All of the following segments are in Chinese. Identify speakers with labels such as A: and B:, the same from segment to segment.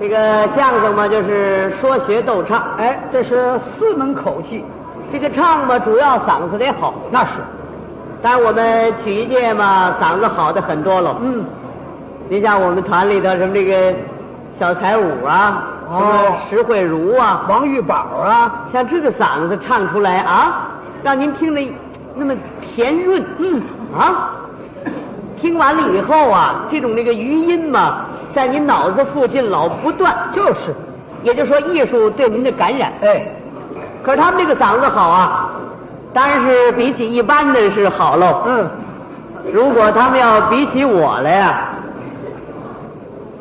A: 这个相声嘛，就是说学逗唱。
B: 哎，这是四门口技，
A: 这个唱嘛，主要嗓子得好。
B: 那是，
A: 当然我们曲艺界嘛，嗓子好的很多了。
B: 嗯，
A: 你像我们团里头什么这个小彩舞啊，
B: 哦
A: 什么石慧茹啊，
B: 王玉宝啊，
A: 像这个嗓子唱出来啊，让您听得那么甜润，嗯啊，听完了以后啊，这种那个余音嘛，在您脑子附近老不断，
B: 就是，
A: 也就是说艺术对您的感染。
B: 哎，
A: 可是他们这个嗓子好啊，当然是比起一般的是好喽。
B: 嗯，
A: 如果他们要比起我来啊呀、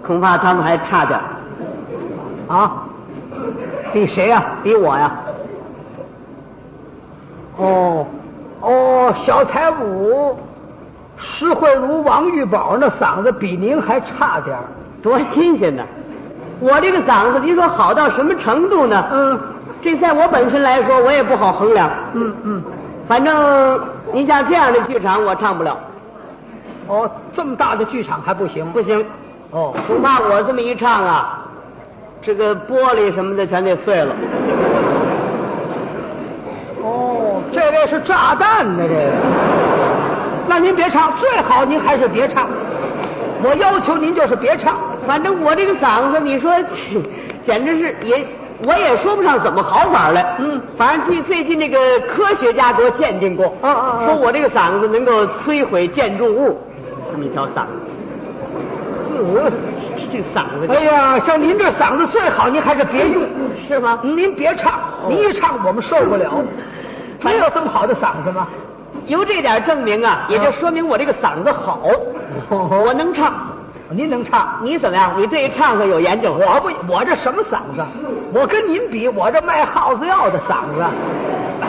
A: 恐怕他们还差点儿，
B: 啊，比谁呀、
A: 比我呀、
B: 哦，哦，小彩舞，石慧茹、王玉宝那嗓子比您还差点儿
A: 多新鲜呐！我这个嗓子，您说好到什么程度呢？
B: 嗯，
A: 这在我本身来说，我也不好衡量。
B: 嗯嗯，
A: 反正您像这样的剧场，我唱不了，
B: 哦，这么大的剧场还不行？
A: 不行，
B: 哦，
A: 恐怕我这么一唱啊，这个玻璃什么的全得碎了。
B: 哦，这位是炸弹呢，这个。那您别唱，最好您还是别唱。我要求您就是别唱。
A: 反正我这个嗓子，你说 简直是也，我也说不上怎么好法来。
B: 嗯，
A: 反正据最近这个科学家给我鉴定过，
B: 嗯嗯嗯
A: 说我这个嗓子能够摧毁建筑物，这么一条嗓子，嗯这嗓子
B: 哎呀，像您这嗓子最好，您还是别用，
A: 是吗？
B: 您别唱，您一唱我们受不了。
A: 反
B: 您
A: 正
B: 有这么好的嗓子吗？
A: 由这点证明啊，
B: 嗯
A: 也就说明我这个嗓子好，我能唱。
B: 哦您能唱？
A: 你怎么样？你对唱上有研究？
B: 我不，我这什么嗓子？我跟您比，我这卖耗子药的嗓子，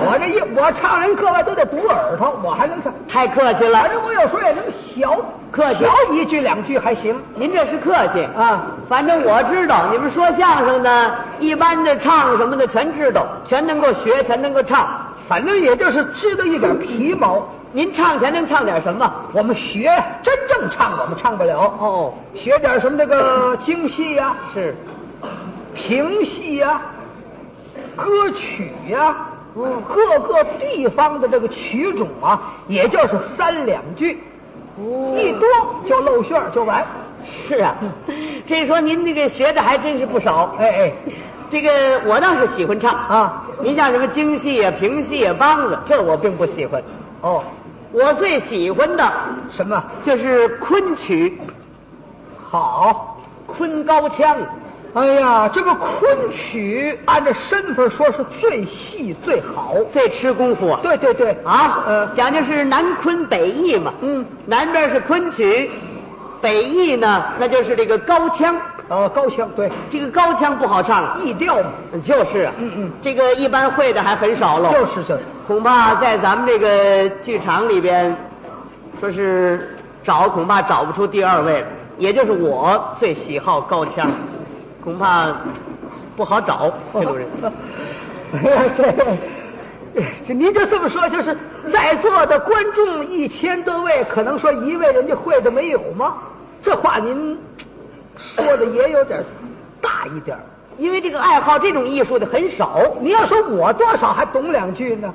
B: 我这一我唱人各位都得堵耳朵，我还能唱。
A: 太客气
B: 反
A: 了，
B: 正我有时候也能小
A: 客气
B: 小一句两句还行
A: 您这是客气。
B: 啊。
A: 反正我知道，你们说相声的，一般的唱什么的全知道，全能够学，全能够唱。
B: 反正也就是知道一点皮毛。
A: 您唱前能唱点什么？
B: 我们学真正唱，我们唱不了
A: 哦，
B: 学点什么这个京戏呀、
A: 是，
B: 评戏呀、歌曲呀、各个地方的这个曲种啊，也就是三两句，一多就露馅儿就完。
A: 是啊。这一说您这个学的还真是不少。
B: 哎哎，
A: 这个我倒是喜欢唱
B: 啊。
A: 您像什么京戏呀、评戏呀、梆子，这我并不喜欢。
B: 哦，
A: 我最喜欢的
B: 什么
A: 就是昆曲，
B: 好？
A: 昆高腔。
B: 哎呀，这个昆曲按照身份说是最细最好。
A: 最吃功夫啊。
B: 对对对，
A: 啊，
B: 呃
A: 讲究是南昆北弋嘛。
B: 嗯，
A: 南边是昆曲，北弋呢，那就是这个高腔。
B: 呃，高腔对，
A: 这个高腔不好唱，
B: 意调嘛，
A: 就是啊。
B: 嗯嗯
A: 这个一般会的还很少喽。
B: 就是这。
A: 恐怕在咱们这个剧场里边，说是找恐怕找不出第二位了，也就是我最喜好高 腔，恐怕不好 找这种人。
B: 哎呀， 这这您就这么说，就是在座的观众一千多位，可能说一位人家会的没有吗？这话您说的也有点大一点儿。
A: 因为这个爱好这种艺术的很少。
B: 你要说我多少还懂两句呢，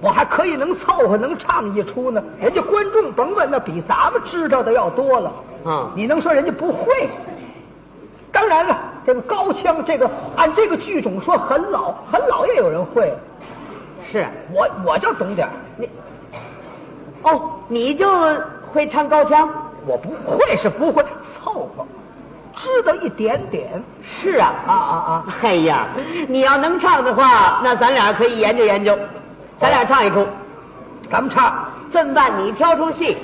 B: 我还可以能凑合能唱一出呢。人家观众甭问，那比咱们知道的要多了。
A: 嗯
B: 你能说人家不会？当然了，这个高腔，这个按这个剧种说很老，很老也有人会。
A: 是。啊
B: 我我就懂点儿你
A: 哦，你就会唱高腔？
B: 我不会是不会，凑合，知道一点点。
A: 是啊，
B: 啊啊啊！
A: 哎呀，你要能唱的话，那咱俩可以研究研究，咱俩唱一出。
B: 咱们唱，
A: 这么办？你挑出戏，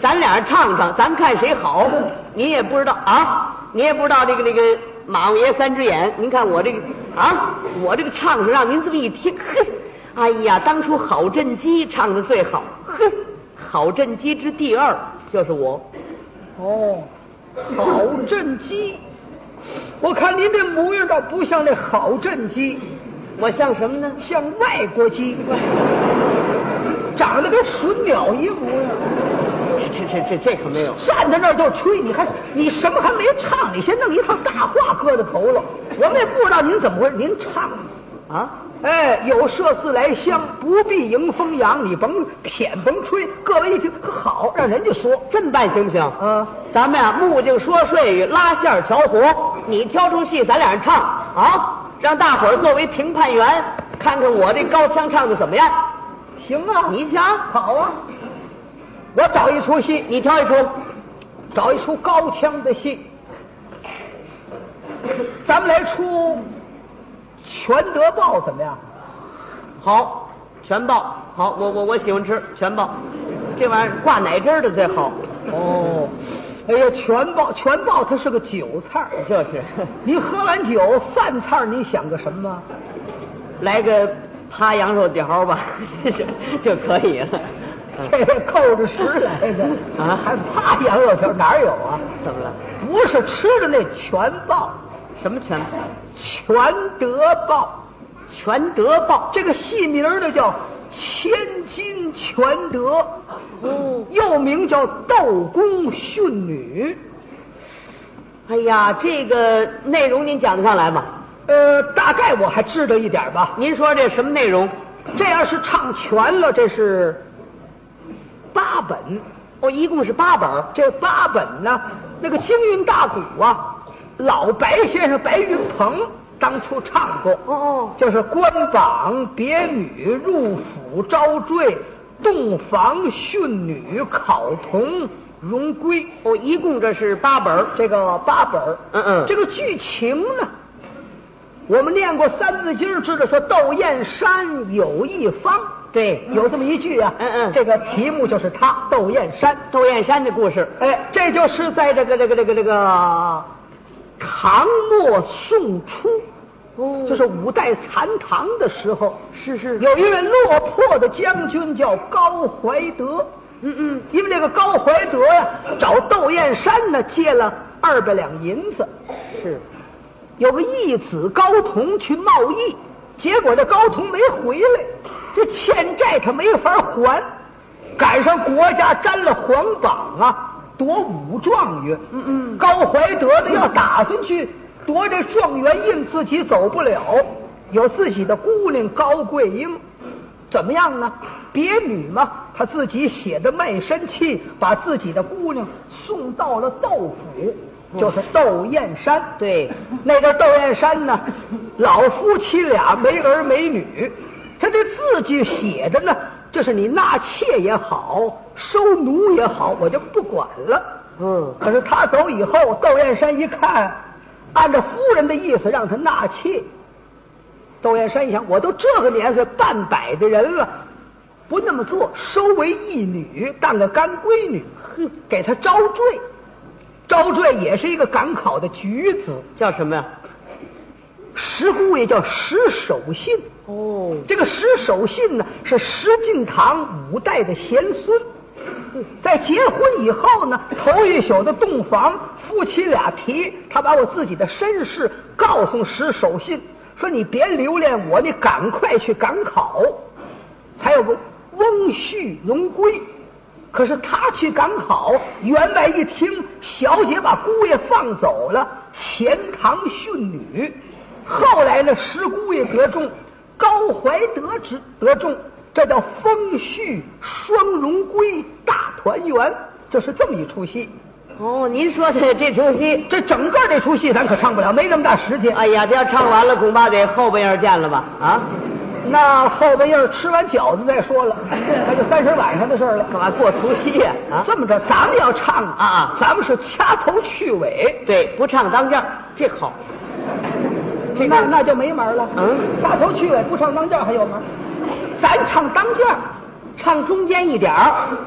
A: 咱俩唱唱，咱看谁好。你也不知道啊，你也不知道这个这个马王爷三只眼。您看我这个啊，我这个唱是让您这么一听，呵，哎呀，当初郝振基唱的最好，呵，郝振基之第二就是我。
B: 哦，郝振基，我看您这模样倒不像那郝振基，
A: 我像什么呢？
B: 像外国鸡，长得跟水鸟一模样。
A: 这这这这可没有。
B: 站在那儿就吹，你还你什么还没唱？你先弄一套大话搁到头了，我们也不知道您怎么回事，您唱
A: 啊。
B: 哎，有麝自来香，不必迎风扬，你甭舔甭吹。各位一听，可好，让人家说。
A: 这么办行不行？
B: 嗯
A: 咱们啊，木匠说睡语，拉线儿调活，你挑出戏，咱俩人唱啊，让大伙儿作为评判员，看看我这高腔唱的怎么样。
B: 行啊，
A: 你瞧，
B: 好啊。我找一出戏，
A: 你挑一出，
B: 找一出高腔的戏，咱们来出《全德报》怎么样？
A: 好，全爆，好，我我我喜欢吃全爆，这玩意儿挂奶汁儿的最好。
B: 哦，哎呀，全报全报，它是个酒菜儿
A: 这是，
B: 您喝完酒饭菜儿，你想个什么？
A: 来个趴羊肉条儿吧， 就就可以了。
B: 这是扣着食来的
A: 啊
B: 还怕羊肉条哪儿有啊？
A: 怎么了？
B: 不是吃的那全报，
A: 什么全
B: 全德报，
A: 全德爆？
B: 这个戏名儿呢叫千金全德，
A: 哦
B: 又名叫斗公训女。
A: 哎呀，这个内容您讲得上来吗？
B: 呃，大概我还知道一点儿吧。
A: 您说这什么内容？
B: 这要是唱全了，这是八本。
A: 哦，一共是八本儿。
B: 这八本呢，那个京韵大鼓啊，老白先生白云鹏当初唱过，
A: 哦
B: 就是官榜、别女、入府、招赘、洞房、训女、考童、荣归，
A: 哦，一共这是八本儿。
B: 这个八本儿
A: 嗯嗯
B: 这个剧情呢，我们念过《三字经》，知道说窦燕山有一方，
A: 对
B: 有这么一句啊，
A: 嗯嗯
B: 这个题目就是他窦燕山。
A: 窦燕山的故事。
B: 哎，这就是在这个这个这个这个唐末宋初，
A: 哦
B: 就是五代残唐的时候，
A: 是是
B: 有一位落魄的将军叫高怀德。
A: 嗯嗯，
B: 因为这个高怀德呀、找窦燕山呢借了二百两银子，
A: 是。
B: 有个义子高同去贸易，结果这高同没回来，这欠债他没法还，赶上国家沾了皇榜啊，夺武状元。
A: 嗯嗯
B: 高怀德呢要打算去夺这状元印，自己走不了，有自己的姑娘高桂英，怎么样呢？别女嘛，他自己写的卖身契，把自己的姑娘送到了窦府，就是窦燕山。
A: 嗯对，
B: 那个窦燕山呢，老夫妻俩没儿没女，他这字据写的呢，就是你纳妾也好，收奴也好，我就不管了。
A: 嗯
B: 可是他走以后，窦燕山一看，按照夫人的意思让他纳妾。窦燕山一想，我都这个年岁半百的人了，不那么做，收为义女，当个干闺女，哼，给她招赘。招赘也是一个赶考的举子，
A: 叫什么呀？
B: 石姑爷叫石守信。
A: 哦
B: 这个石守信呢，是石敬瑭五代的贤孙。在结婚以后呢，头一宿的洞房，夫妻俩提，他把我自己的身世告诉石守信，说你别留恋我，你赶快去赶考，才有个翁婿荣归。可是他去赶考，员外一听，小姐把姑爷放走了，钱塘训女。后来呢，石姑爷得中，高怀德之得中，这叫风序双荣归大团圆，就是这么一出戏。
A: 哦，您说的 这出戏，
B: 这整个这出戏咱可唱不了，没那么大时间。
A: 哎呀，这要唱完了，恐怕得后半夜见了吧？啊，
B: 那后半夜吃完饺子再说了，那就三十晚上的事儿了
A: 干。嘛过除夕呀？啊，
B: 这么着，咱们要唱
A: 啊
B: 咱们是掐头去尾。
A: 对，不唱当家，这好。这
B: 那
A: 个
B: 那就没门儿了。
A: 嗯，
B: 大头去尾不唱当间儿还有门儿？咱唱当间儿，唱中间一点儿，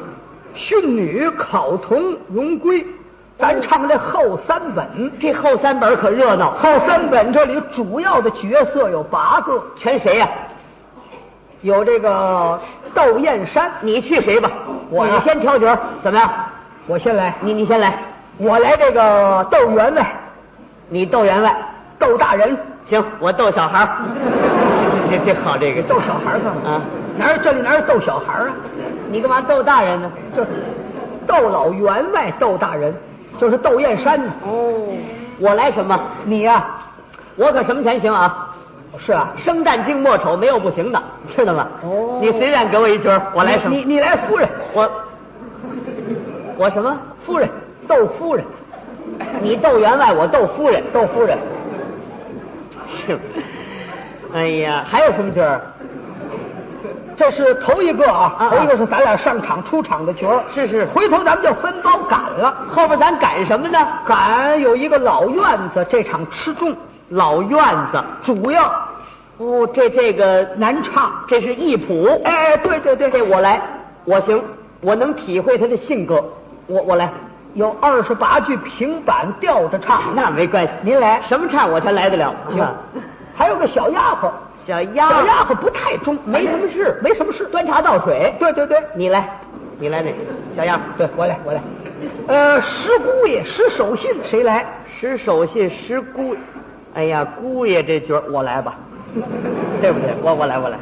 B: 训女、考童、荣归，咱唱这后三本。
A: 这后三本可热闹，
B: 后三本这里主要的角色有八个，
A: 全谁呀、
B: 有这个窦燕山，
A: 你去谁吧？
B: 我呀
A: 你先挑角儿，怎么样？
B: 我先来，
A: 你你先来，
B: 我来这个窦员外，
A: 你窦员外。
B: 窦大人，
A: 行，我逗小孩儿， 这这好这个
B: 窦小孩儿吧？
A: 啊，
B: 哪有这里哪有窦小孩儿啊？
A: 你干嘛逗大人呢？
B: 这窦老员外窦大人，就是窦燕山呢。
A: 哦，我来什么？
B: 你呀、
A: 我可什么全行啊！
B: 是啊，
A: 生旦净末丑没有不行的，知道吗？
B: 哦
A: 你随便给我一角儿，我来什么？
B: 你你你来夫人，
A: 我我什么？
B: 夫人窦夫人，
A: 你窦员外，我窦夫人，
B: 窦夫人，
A: 是吧？哎呀，还有什么角儿？
B: 这是头一个啊，
A: 啊
B: 头一个是咱俩上场出场的角儿。
A: 是是
B: 回头咱们就分包赶了。
A: 后边咱赶什么呢？
B: 赶有一个老院子，这场吃重，
A: 老院子。
B: 主要
A: 哦，这这个
B: 难唱。
A: 这是艺谱。
B: 哎，对对对
A: 这
B: 对，
A: 我来，我行，我能体会他的性格。我我来，
B: 有二十八句平板吊着唱。
A: 那没关系。
B: 您来
A: 什么唱我才来得了？
B: 行，还有个小丫头，
A: 小丫
B: 小丫头不太中，
A: 没什么事
B: 没什么事。
A: 端茶倒水。
B: 对对对，
A: 你来，你来那个小丫头。
B: 对我来我来。呃，石姑爷、石守信谁来？
A: 石守信、石姑，哎呀，姑爷这角儿我来吧，对不对？我我来我来，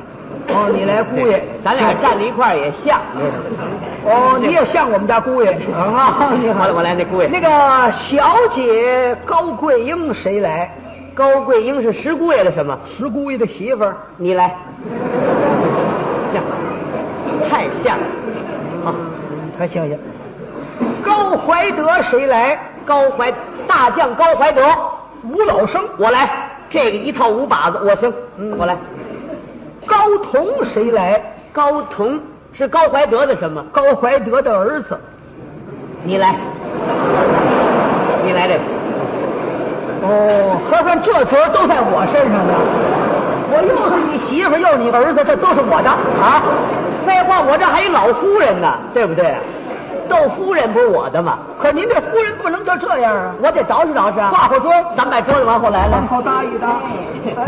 B: 哦，你来姑爷，
A: 咱俩
B: 行
A: 站在一块儿也像，你知道吗？
B: 哦，你也像我们家姑爷啊！你好
A: 我来我来那姑爷
B: 那个小姐高桂英谁来？
A: 高桂英是石姑爷的什么？
B: 石姑爷的媳妇儿。
A: 你来，像，太像了。好，
B: 还行行。啊高怀德谁来？
A: 高怀大将高怀德，
B: 吴老生。
A: 我来，这个一套五把子，我行，
B: 嗯
A: 我来。
B: 高同谁来？
A: 高同是高怀德的什么？
B: 高怀德的儿子。
A: 你来，你来这个。
B: 哦，合算这角儿都在我身上了。我又是你媳妇儿，又是你儿子，这都是我的啊！
A: 废话，我这还有老夫人呢，对不对？窦夫人不是我的吗？
B: 可您这夫人不能就这样啊！
A: 我得捯饬捯饬啊。
B: 化化妆，
A: 咱们把桌子往后来
B: 往
A: 了。
B: 后搭一搭，哎，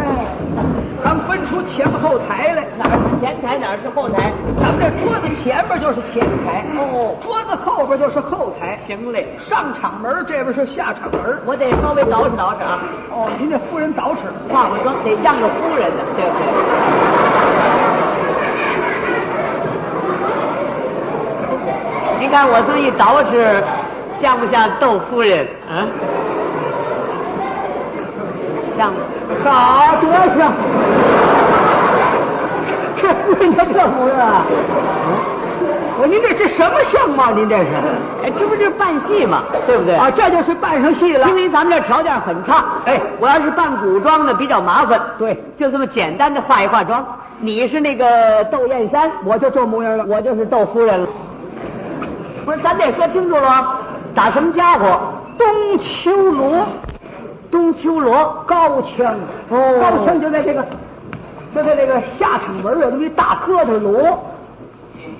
B: 咱们分出前后台来。
A: 哪儿是前台，哪儿是后台？
B: 咱们这桌子前面就是前台，
A: 哦
B: 桌子后边就是后台。
A: 行嘞，
B: 上场门儿这边是下场门儿。
A: 我得稍微捯饬捯饬啊。
B: 哦，您这夫人捯饬，
A: 话我说得像个夫人呢，对不对？你看我这么一捯饬，像不像窦夫人啊？像吗？
B: 好德行。这这夫人这这夫人啊，我您这这什么相貌？您这是
A: 嗯哎，这不是扮戏吗？对不对？
B: 啊，这就是扮上戏了
A: 因。为咱们这条件很差，
B: 哎
A: 我要是扮古装呢比较麻烦，
B: 对，
A: 就这么简单的化一化妆。你是那个窦燕山，
B: 我就这模样了。
A: 我就是窦夫人了。不是，咱得说清楚了啊，打什么家伙？
B: 东秋罗，
A: 东秋罗，
B: 高腔
A: 哦
B: 高腔就在这个，就在这个下场门儿有那么一大疙瘩锣，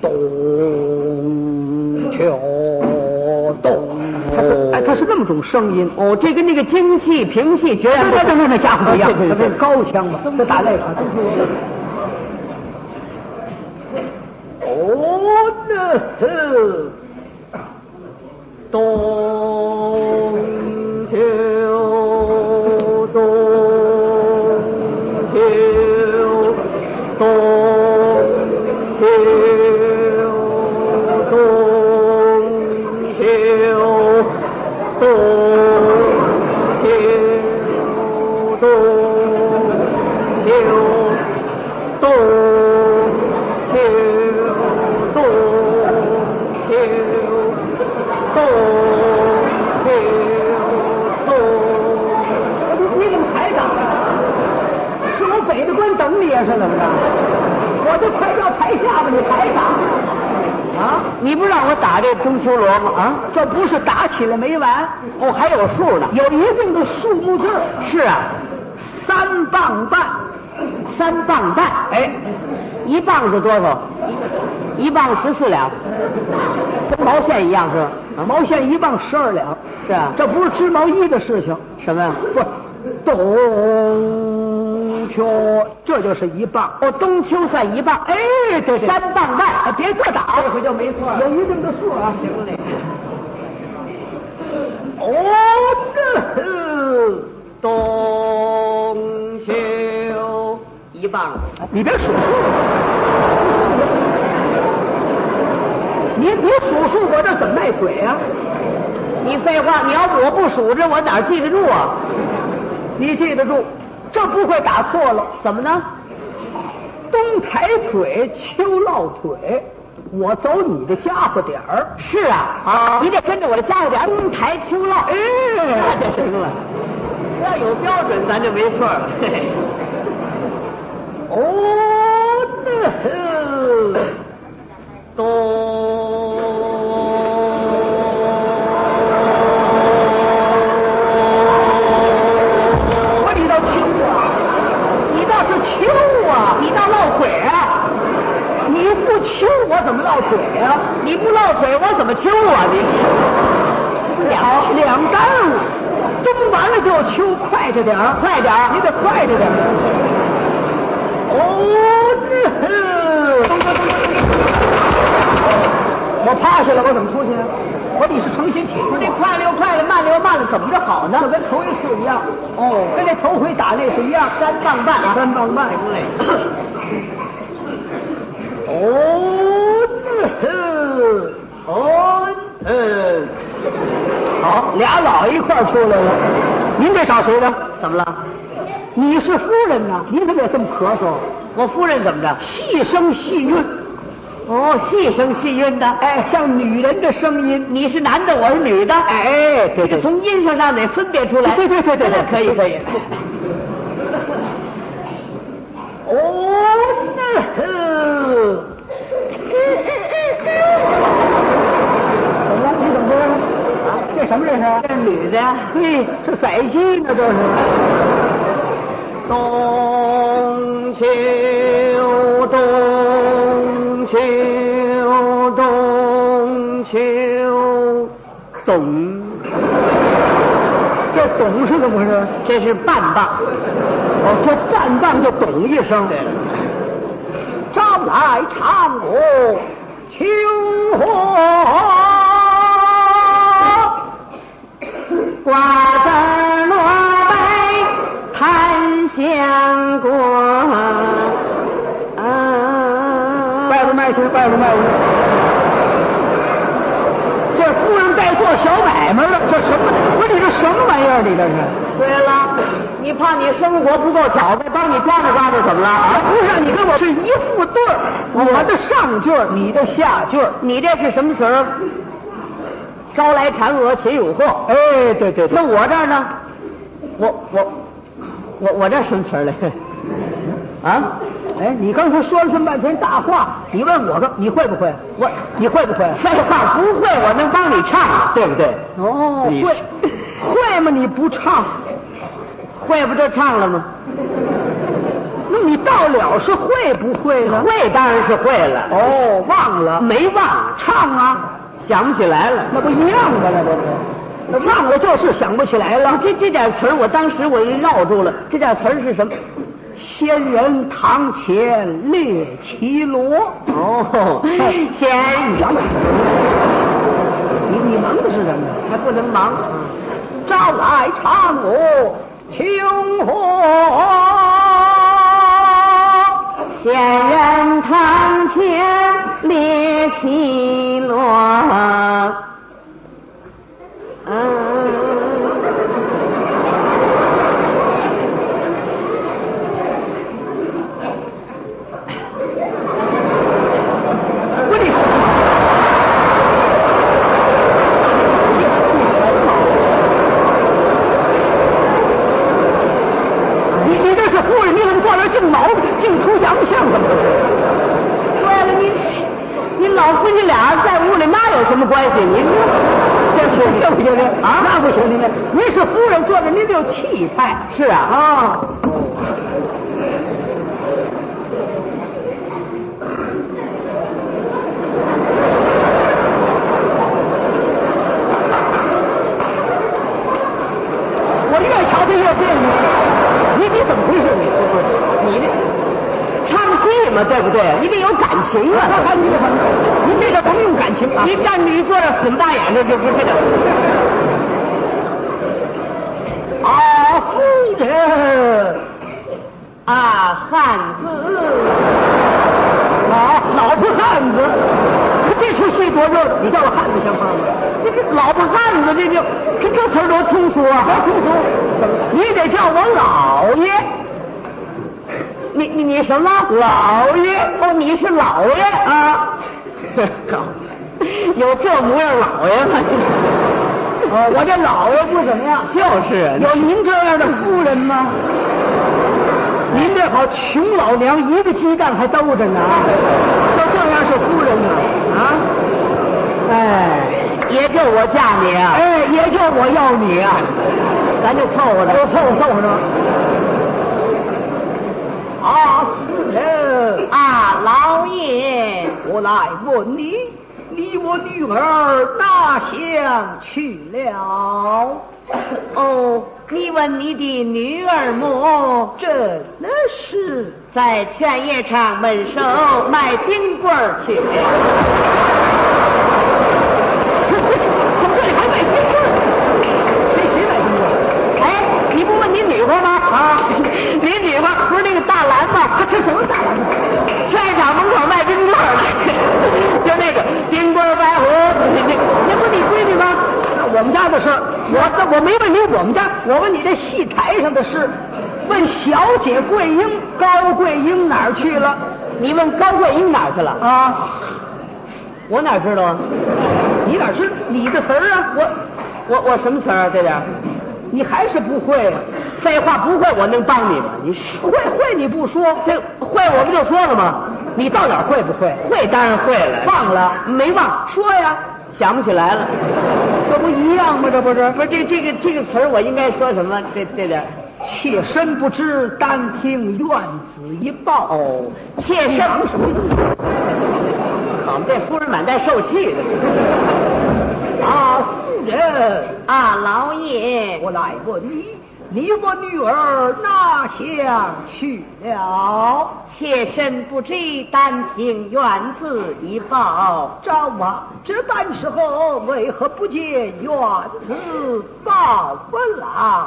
A: 东秋 东
B: 哎，它是那么种声音。
A: 哦，这跟那个京戏、评戏决然
B: 对
A: 不
B: 对对
A: 同。
B: 对，那家伙不一样，
A: 对对
B: 这
A: 对
B: 是高腔嘛，这打那个。哦，那是
A: 冬秋，冬秋，冬秋，冬秋，冬秋，冬秋。冬秋，冬秋，冬秋，冬。
B: 你怎么还打？是我北大关等你呀，是怎么着？我都快到台下了，你还打？啊，
A: 你不让我打这中秋萝卜啊？
B: 这不是打起来没完，
A: 哦，还有数呢。
B: 有一定的数目字儿，
A: 是啊，
B: 三磅半。
A: 三磅半，
B: 哎，
A: 一磅是多少？一磅十四两，跟毛线一样是吧？
B: 毛线一磅十二两，
A: 啊是啊，
B: 这不是织毛衣的事情。
A: 什么呀？
B: 不，冬秋，这就是一磅。
A: 哦，冬秋算一哎磅，
B: 哎，对对，
A: 三磅半，
B: 别这打，这回就没错了，有一定的数啊。哦，这
A: 冬秋一磅。
B: 你别数数，你你数数我这怎么卖鬼啊？
A: 你废话，你要不我不数着，我哪记得住啊？
B: 你记得住，这不会打错了。
A: 怎么呢？
B: 冬抬腿，秋落腿，我走你的家伙点儿。
A: 是啊，
B: 啊
A: 你得跟着我的家伙点儿东抬秋落，
B: 哎，
A: 那就行了。要有标准，咱就没错了。嘿嘿
B: 哦，那
A: 哦
B: 我你倒秋啊，你倒是秋啊，
A: 你倒落腿啊！
B: 你不秋我怎么落腿呀、
A: 你不落腿，我怎么秋啊？你
B: 两两耽误，冬完了就秋，快着点儿，
A: 快点儿
B: 你得快着点儿。哦，我趴下了，我怎么出去啊？我你是重新起步，
A: 不是这快了又快了，慢了又慢了，怎么着好呢
B: 那？跟头一次一样，
A: 哦
B: 跟那头回打那是一样，
A: 三磅半啊！
B: 三棒半。
A: 累。
B: 哦，哦，
A: 嗯，
B: 好，俩老一块儿出来了。您这找谁呢？
A: 怎么了？
B: 你是夫人呐，您怎么也这么咳嗽？
A: 我夫人怎么着？
B: 细声细韵，
A: 哦，细声细韵的。
B: 嗯哎，像女人的声音。
A: 你是男的，我是女的。
B: 哎，对对对
A: 从音色上得分别出来。
B: 对对对对对
A: 那可以可以。
B: 哦，那呵怎么了？你怎么这样？啊，这什么这是？
A: 这是女的。
B: 嘿，这宰鸡呢，这是。
A: 冬秋冬秋冬秋冬，
B: 这懂是怎么回事？
A: 这是半棒。
B: 哦，这淡淡就懂一声。
A: 对了
B: 招来长我秋荷，
A: 瓜子儿萝卜檀香果，啊，
B: 外边卖去，外边卖去。这夫人在做小买卖了，这什么？不是你这什么玩意儿？你这是？
A: 对了，你怕你生活不够挑呗，帮你抓着抓着怎么了
B: 啊，
A: 啊？
B: 不是，你跟我是一副对儿，我的上句儿，你的下句儿。
A: 你这是什么词儿？招来嫦娥擒虏获。
B: 哎，对对
A: 那我这儿呢？我我我我这儿什么词儿来？啊，
B: 哎，你刚才说了这么半天大话，你问我个，你会不会？
A: 我
B: 你会不会？
A: 废话不会，我能帮你
B: 啊
A: 唱，对不对？
B: 哦
A: 你
B: 会，会吗？你不唱，
A: 会不就唱了吗？
B: 那你到了是会不会呢？
A: 会当然是会了，
B: 哦，忘了，
A: 没忘，
B: 唱啊，
A: 想不起来了。
B: 那不一样吗？那不是，那忘了就是想不起来
A: 哎，老
B: 了。
A: 这这点词儿，我当时我就绕住了。这点词儿是什么？
B: 仙人堂前列绮罗，
A: 哦，
B: 哎
A: 先
B: 想不起来你你忙的是什么？
A: 还不能忙，啊
B: 朝来长我秋荷。
A: 仙人堂前列绮罗。啊嗯，
B: 不是你，你你这是夫人，你怎么坐那儿净毛病，净出洋相？怎么回事？
A: 对了，你你老夫妻俩在屋里那有什么关系？你
B: 这是这不行这
A: 啊
B: 那不行，您这您是夫人坐着，您就有气派。
A: 是啊啊，
B: 我越瞧他越别扭。你你怎么回事你？
A: 你这唱戏嘛，对不对？你得有感情
B: 那
A: 啊。
B: 看你怎么？您这个甭用感情啊
A: 你！站着一坐着死大眼睛，这不是的。
B: 啊，夫人。
A: 啊，汉子，
B: 好，老婆汉子，这这出睡多热的，你叫我汉子像话吗？
A: 这这老婆汉子，这就这这词儿多通俗啊，
B: 多通俗！
A: 你得叫我老爷。你你你什么？
B: 老爷
A: 哦，你是老爷
B: 啊？
A: 好，有这模样老爷吗？
B: 哦，我这老爷不怎么样，
A: 就是
B: 有您这样的夫人吗？您这好，穷老娘一个鸡蛋还兜着呢，都这样是夫人吗？啊，哎，
A: 也就我嫁你啊，
B: 哎，也就我要你啊，
A: 咱就凑合
B: 都
A: 着。
B: 凑合凑合着。啊，夫人，
A: 啊，老爷，
B: 我来问你，你我女儿哪乡去了？
A: 哦，你问你的女儿么？
B: 真的是，
A: 在劝业场门首卖冰棍儿去。从这里还买冰棍儿？
B: 谁谁来中国？
A: 哎，你不问你女儿吗？啊，你女儿不是那个大篮吗？这什么大篮？劝业场门口卖冰棍儿，就那个冰棍儿白胡，啊那那不是你闺女吗？
B: 我们家的事儿，我我没问你我们家，我问你这戏台上的事。问小姐桂英，高桂英哪儿去了？
A: 你问高桂英哪儿去了？
B: 啊，
A: 我哪知道啊？
B: 你哪儿去了？你的词儿啊，我
A: 我我什么词儿啊？这点儿
B: 你还是不会啊。
A: 废话不会，我能帮你吗？你是
B: 会会你不说，
A: 这会我不就说了吗？
B: 你到哪儿会不会？
A: 会当然会了，
B: 忘了
A: 没忘，
B: 说呀，
A: 想不起来了。
B: 这不一样吗？这不是
A: 不是这这个这个词儿，我应该说什么？这这点儿
B: 妾身不知，单听院子一报。哦，
A: 妾身
B: 什么东西
A: 好嘛，这夫人满带受气的。
B: 啊？夫人，
A: 啊，老爷，
B: 我来问你，你我女儿哪乡去了？
A: 妾身不知，单听院子一报。
B: 赵王，啊这般时候为何不见院子报不来？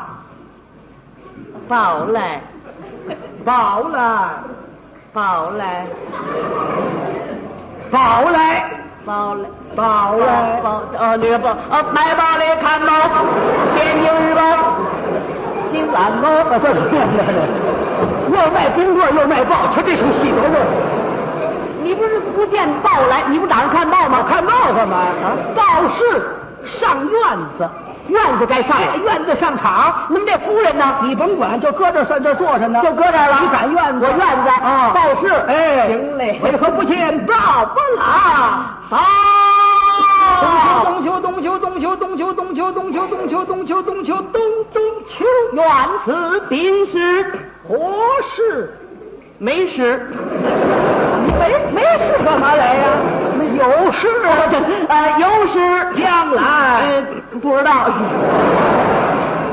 A: 报来，
B: 报来，
A: 报来，
B: 报来，
A: 报来。报
B: 报来！
A: 哦，那个报哦，买报来看报，天津日报，新晚报，
B: 啊，这又卖冰棍又卖报，瞧这出戏多热闹！
A: 你不是不见报来，你不打算看报吗？
B: 看报干嘛啊？
A: 报是
B: 上院子，
A: 院子该上
B: 哎
A: 了，
B: 院子上场，
A: 您这夫人呢？
B: 你甭管，就搁这儿算这坐着呢，
A: 就搁这儿了。
B: 你赶院子，
A: 我院子
B: 啊，
A: 报事
B: 哎，
A: 行嘞
B: 为何不见报不来？
A: 好。
B: 秋冬秋冬秋冬秋冬秋冬秋冬秋冬秋冬秋冬秋冬冬秋，
A: 原此丁是
B: 何事？
A: 没事，
B: 你没没事干嘛来呀？那有事啊，
A: 呃，有事
B: 将来
A: 呃，不知道，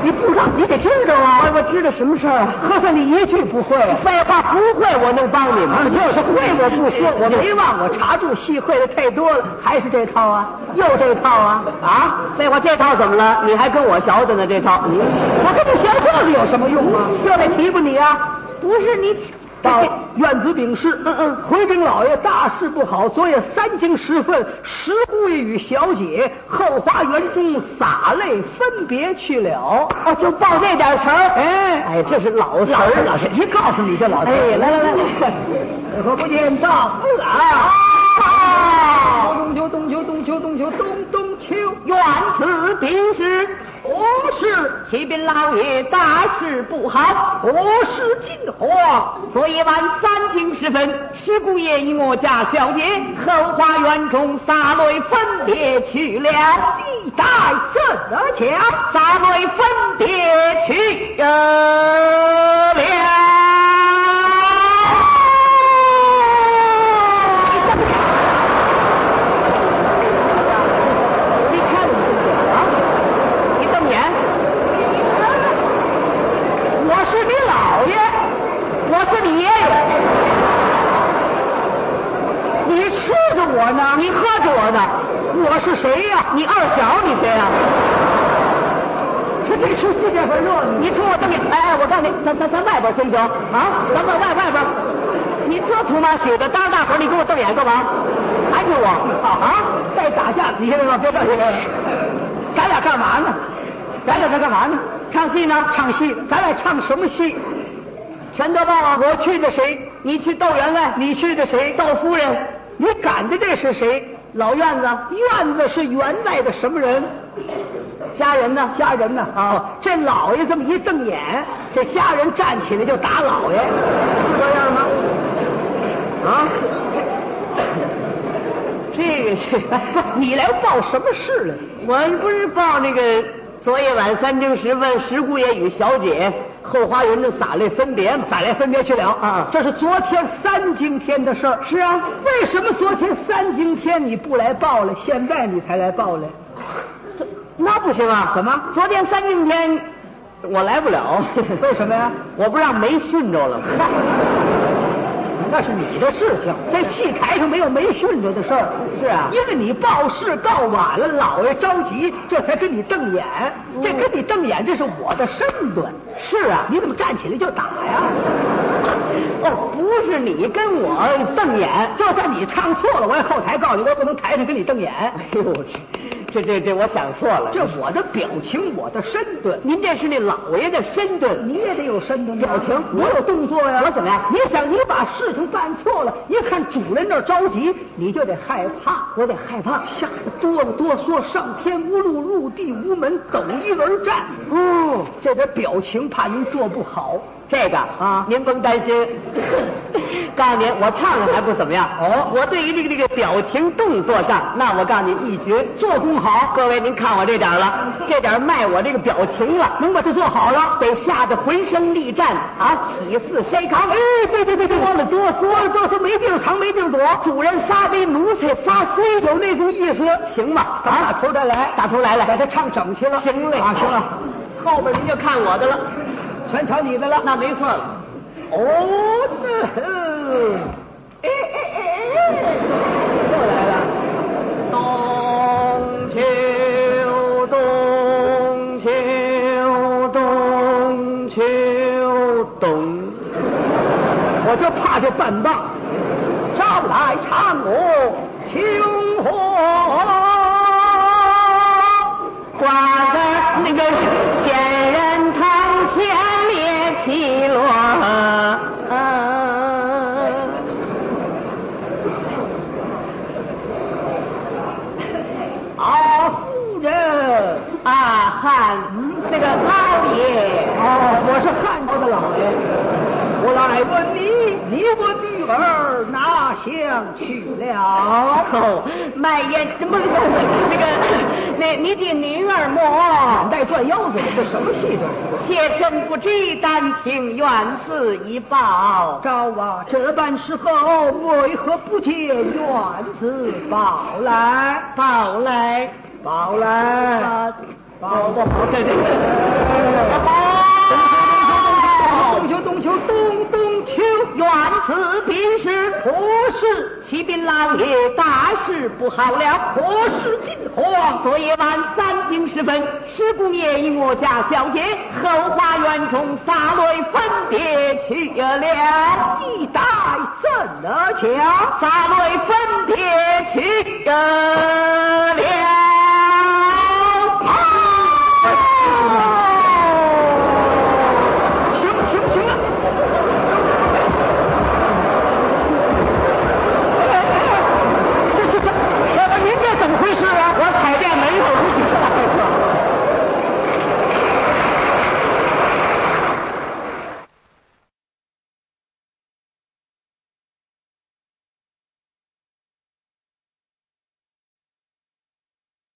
B: 你不知道你得知道啊！
A: 哎我知道什么事儿啊？
B: 合算你一句不会。
A: 废话不会，我能帮你吗？
B: 啊，就是会我不说，我没忘，我查住戏会的太多了，还是这套啊，
A: 又这套啊啊！废话，这套怎么了？你还跟我学着呢，这套你
B: 嗯我跟你学这个有什么用啊？
A: 又得提拔你啊？不是你
B: 到院子禀事，嗯嗯，回禀老爷，大事不好！昨夜三更时分，石姑爷与小姐后花园中洒泪分别去了。
A: 啊，就报这点词儿。
B: 哎
A: 哎，这是老词
B: 老
A: 儿，
B: 人老师，谁告诉你这老头？
A: 哎来来来
B: 来，我不见到不来。
A: 啊，
B: 冬秋冬秋冬秋冬秋冬冬秋，
A: 原此丁是
B: 我是
A: 启禀老爷，大事不好。
B: 何时进货？
A: 昨夜晚三更时分，石姑爷与我家小姐后花园中洒泪分别去了，
B: 地带怎得强？
A: 洒泪分别去了。你看你这个啊，你瞪眼，我是你姥爷，我是你爷爷。
B: 你吃着我呢，
A: 你喝着我呢，
B: 我是谁呀、
A: 你二小，你谁呀、
B: 这这出戏这份热闹，
A: 你冲我瞪眼！哎哎，我告诉那咱咱咱外边行不行啊？咱外外外边，你这土妈许的，当着大伙儿你给我瞪眼干嘛？还给我啊？
B: 再打架，你先别别着急，咱俩干嘛呢？咱俩在干嘛呢？
A: 唱戏呢？
B: 唱戏，咱俩唱什么戏？
A: 全都忘了。
B: 我去的谁？
A: 你去窦员外，
B: 你去的谁？
A: 窦夫人，
B: 你赶的这是谁？
A: 老院子
B: 院子是员外的什么人？
A: 家人呢？
B: 家人呢？
A: 啊，
B: 这老爷这么一瞪眼，这家人站起来就打老爷，这样吗？啊，
A: 这个是，
B: 不，你来报什么事来？
A: 我不是报那个昨夜晚三更时分，石姑爷与小姐后花园的洒泪分别嘛？
B: 咱俩分别去了
A: 啊
B: 这是昨天三更天的事儿。
A: 是啊，
B: 为什么昨天三更天你不来报来，现在你才来报来？
A: 那不行啊！
B: 怎么
A: 昨天三更天我来不了，
B: 为什么呀？
A: 我不让梅训着了 吗？
B: 嗨，那是你的事情，这戏台上没有没训着的事儿。
A: 是啊
B: 因为你报事告晚了，老爷着急，这才跟你瞪眼。这跟你瞪眼，这是我的身段。
A: 嗯是啊，
B: 你怎么站起来就打呀？
A: 哦，不是你跟我瞪眼，
B: 就算你唱错了，我也后台告你，我也不能台上跟你瞪眼。
A: 哎呦我去，这这这我想错了，
B: 这我的表情，我的身段，
A: 您这是那老爷的身段，
B: 你也得有身段、
A: 表情
B: 我有动作呀。
A: 我怎么样
B: 你想，你把事情办错了，一看主人那儿着急，你就得害怕，
A: 我得害怕。
B: 吓得哆了哆嗦，上天无路，入地无门，抖衣而战。
A: 哦，
B: 这点表情怕您做不好。
A: 这个
B: 啊
A: 您甭担 心。告诉您，我唱的还不怎么样。
B: 哦
A: 我对于这个这个表情动作上，那我告诉您一绝，做工好。各位，您看我这点儿了，这点儿卖我这个表情了，能把它做好了，得吓得浑身力战啊，体似筛糠。哎，对对对对，
B: 哆了哆嗦了哆嗦，没地儿藏，没地儿躲。
A: 主人撒杯，奴才撒灰，有那种意思，行吗？
B: 打头再来，
A: 打头来
B: 把
A: 来，
B: 它唱整齐了。
A: 行嘞
B: 啊，行了，
A: 后边您就看我的了，
B: 全瞧你的了。
A: 那没错了。
B: 哦，那，哎哎哎哎，又来了。
A: 冬秋冬秋冬秋冬，
B: 我就怕这半棒。招来嫦娥清河，
A: 挂在那个仙人堂前列起落。
B: 啊敖夫人。
A: 啊汉，那个高爷，
B: 哦，我是汉朝的老爷。我来问你，你我女儿哪乡去了？
A: 哦，卖烟不是那个，那你的女儿么？
B: 带转腰子，这什么戏这？
A: 妾身不知，但请愿赐一报。
B: 昭啊，这般时候为何不见元子宝来？
A: 宝来，
B: 宝来，宝来。
A: 对对对，
B: 冬秋冬秋冬冬秋，
A: 愿此便是
B: 何事
A: 启禀老爷，大事不好了！
B: 何事惊慌？
A: 昨夜晚三更时分，施公爷与我家小姐后花园中洒泪分别去了，
B: 一代怎能强？
A: 洒泪分别去了。啊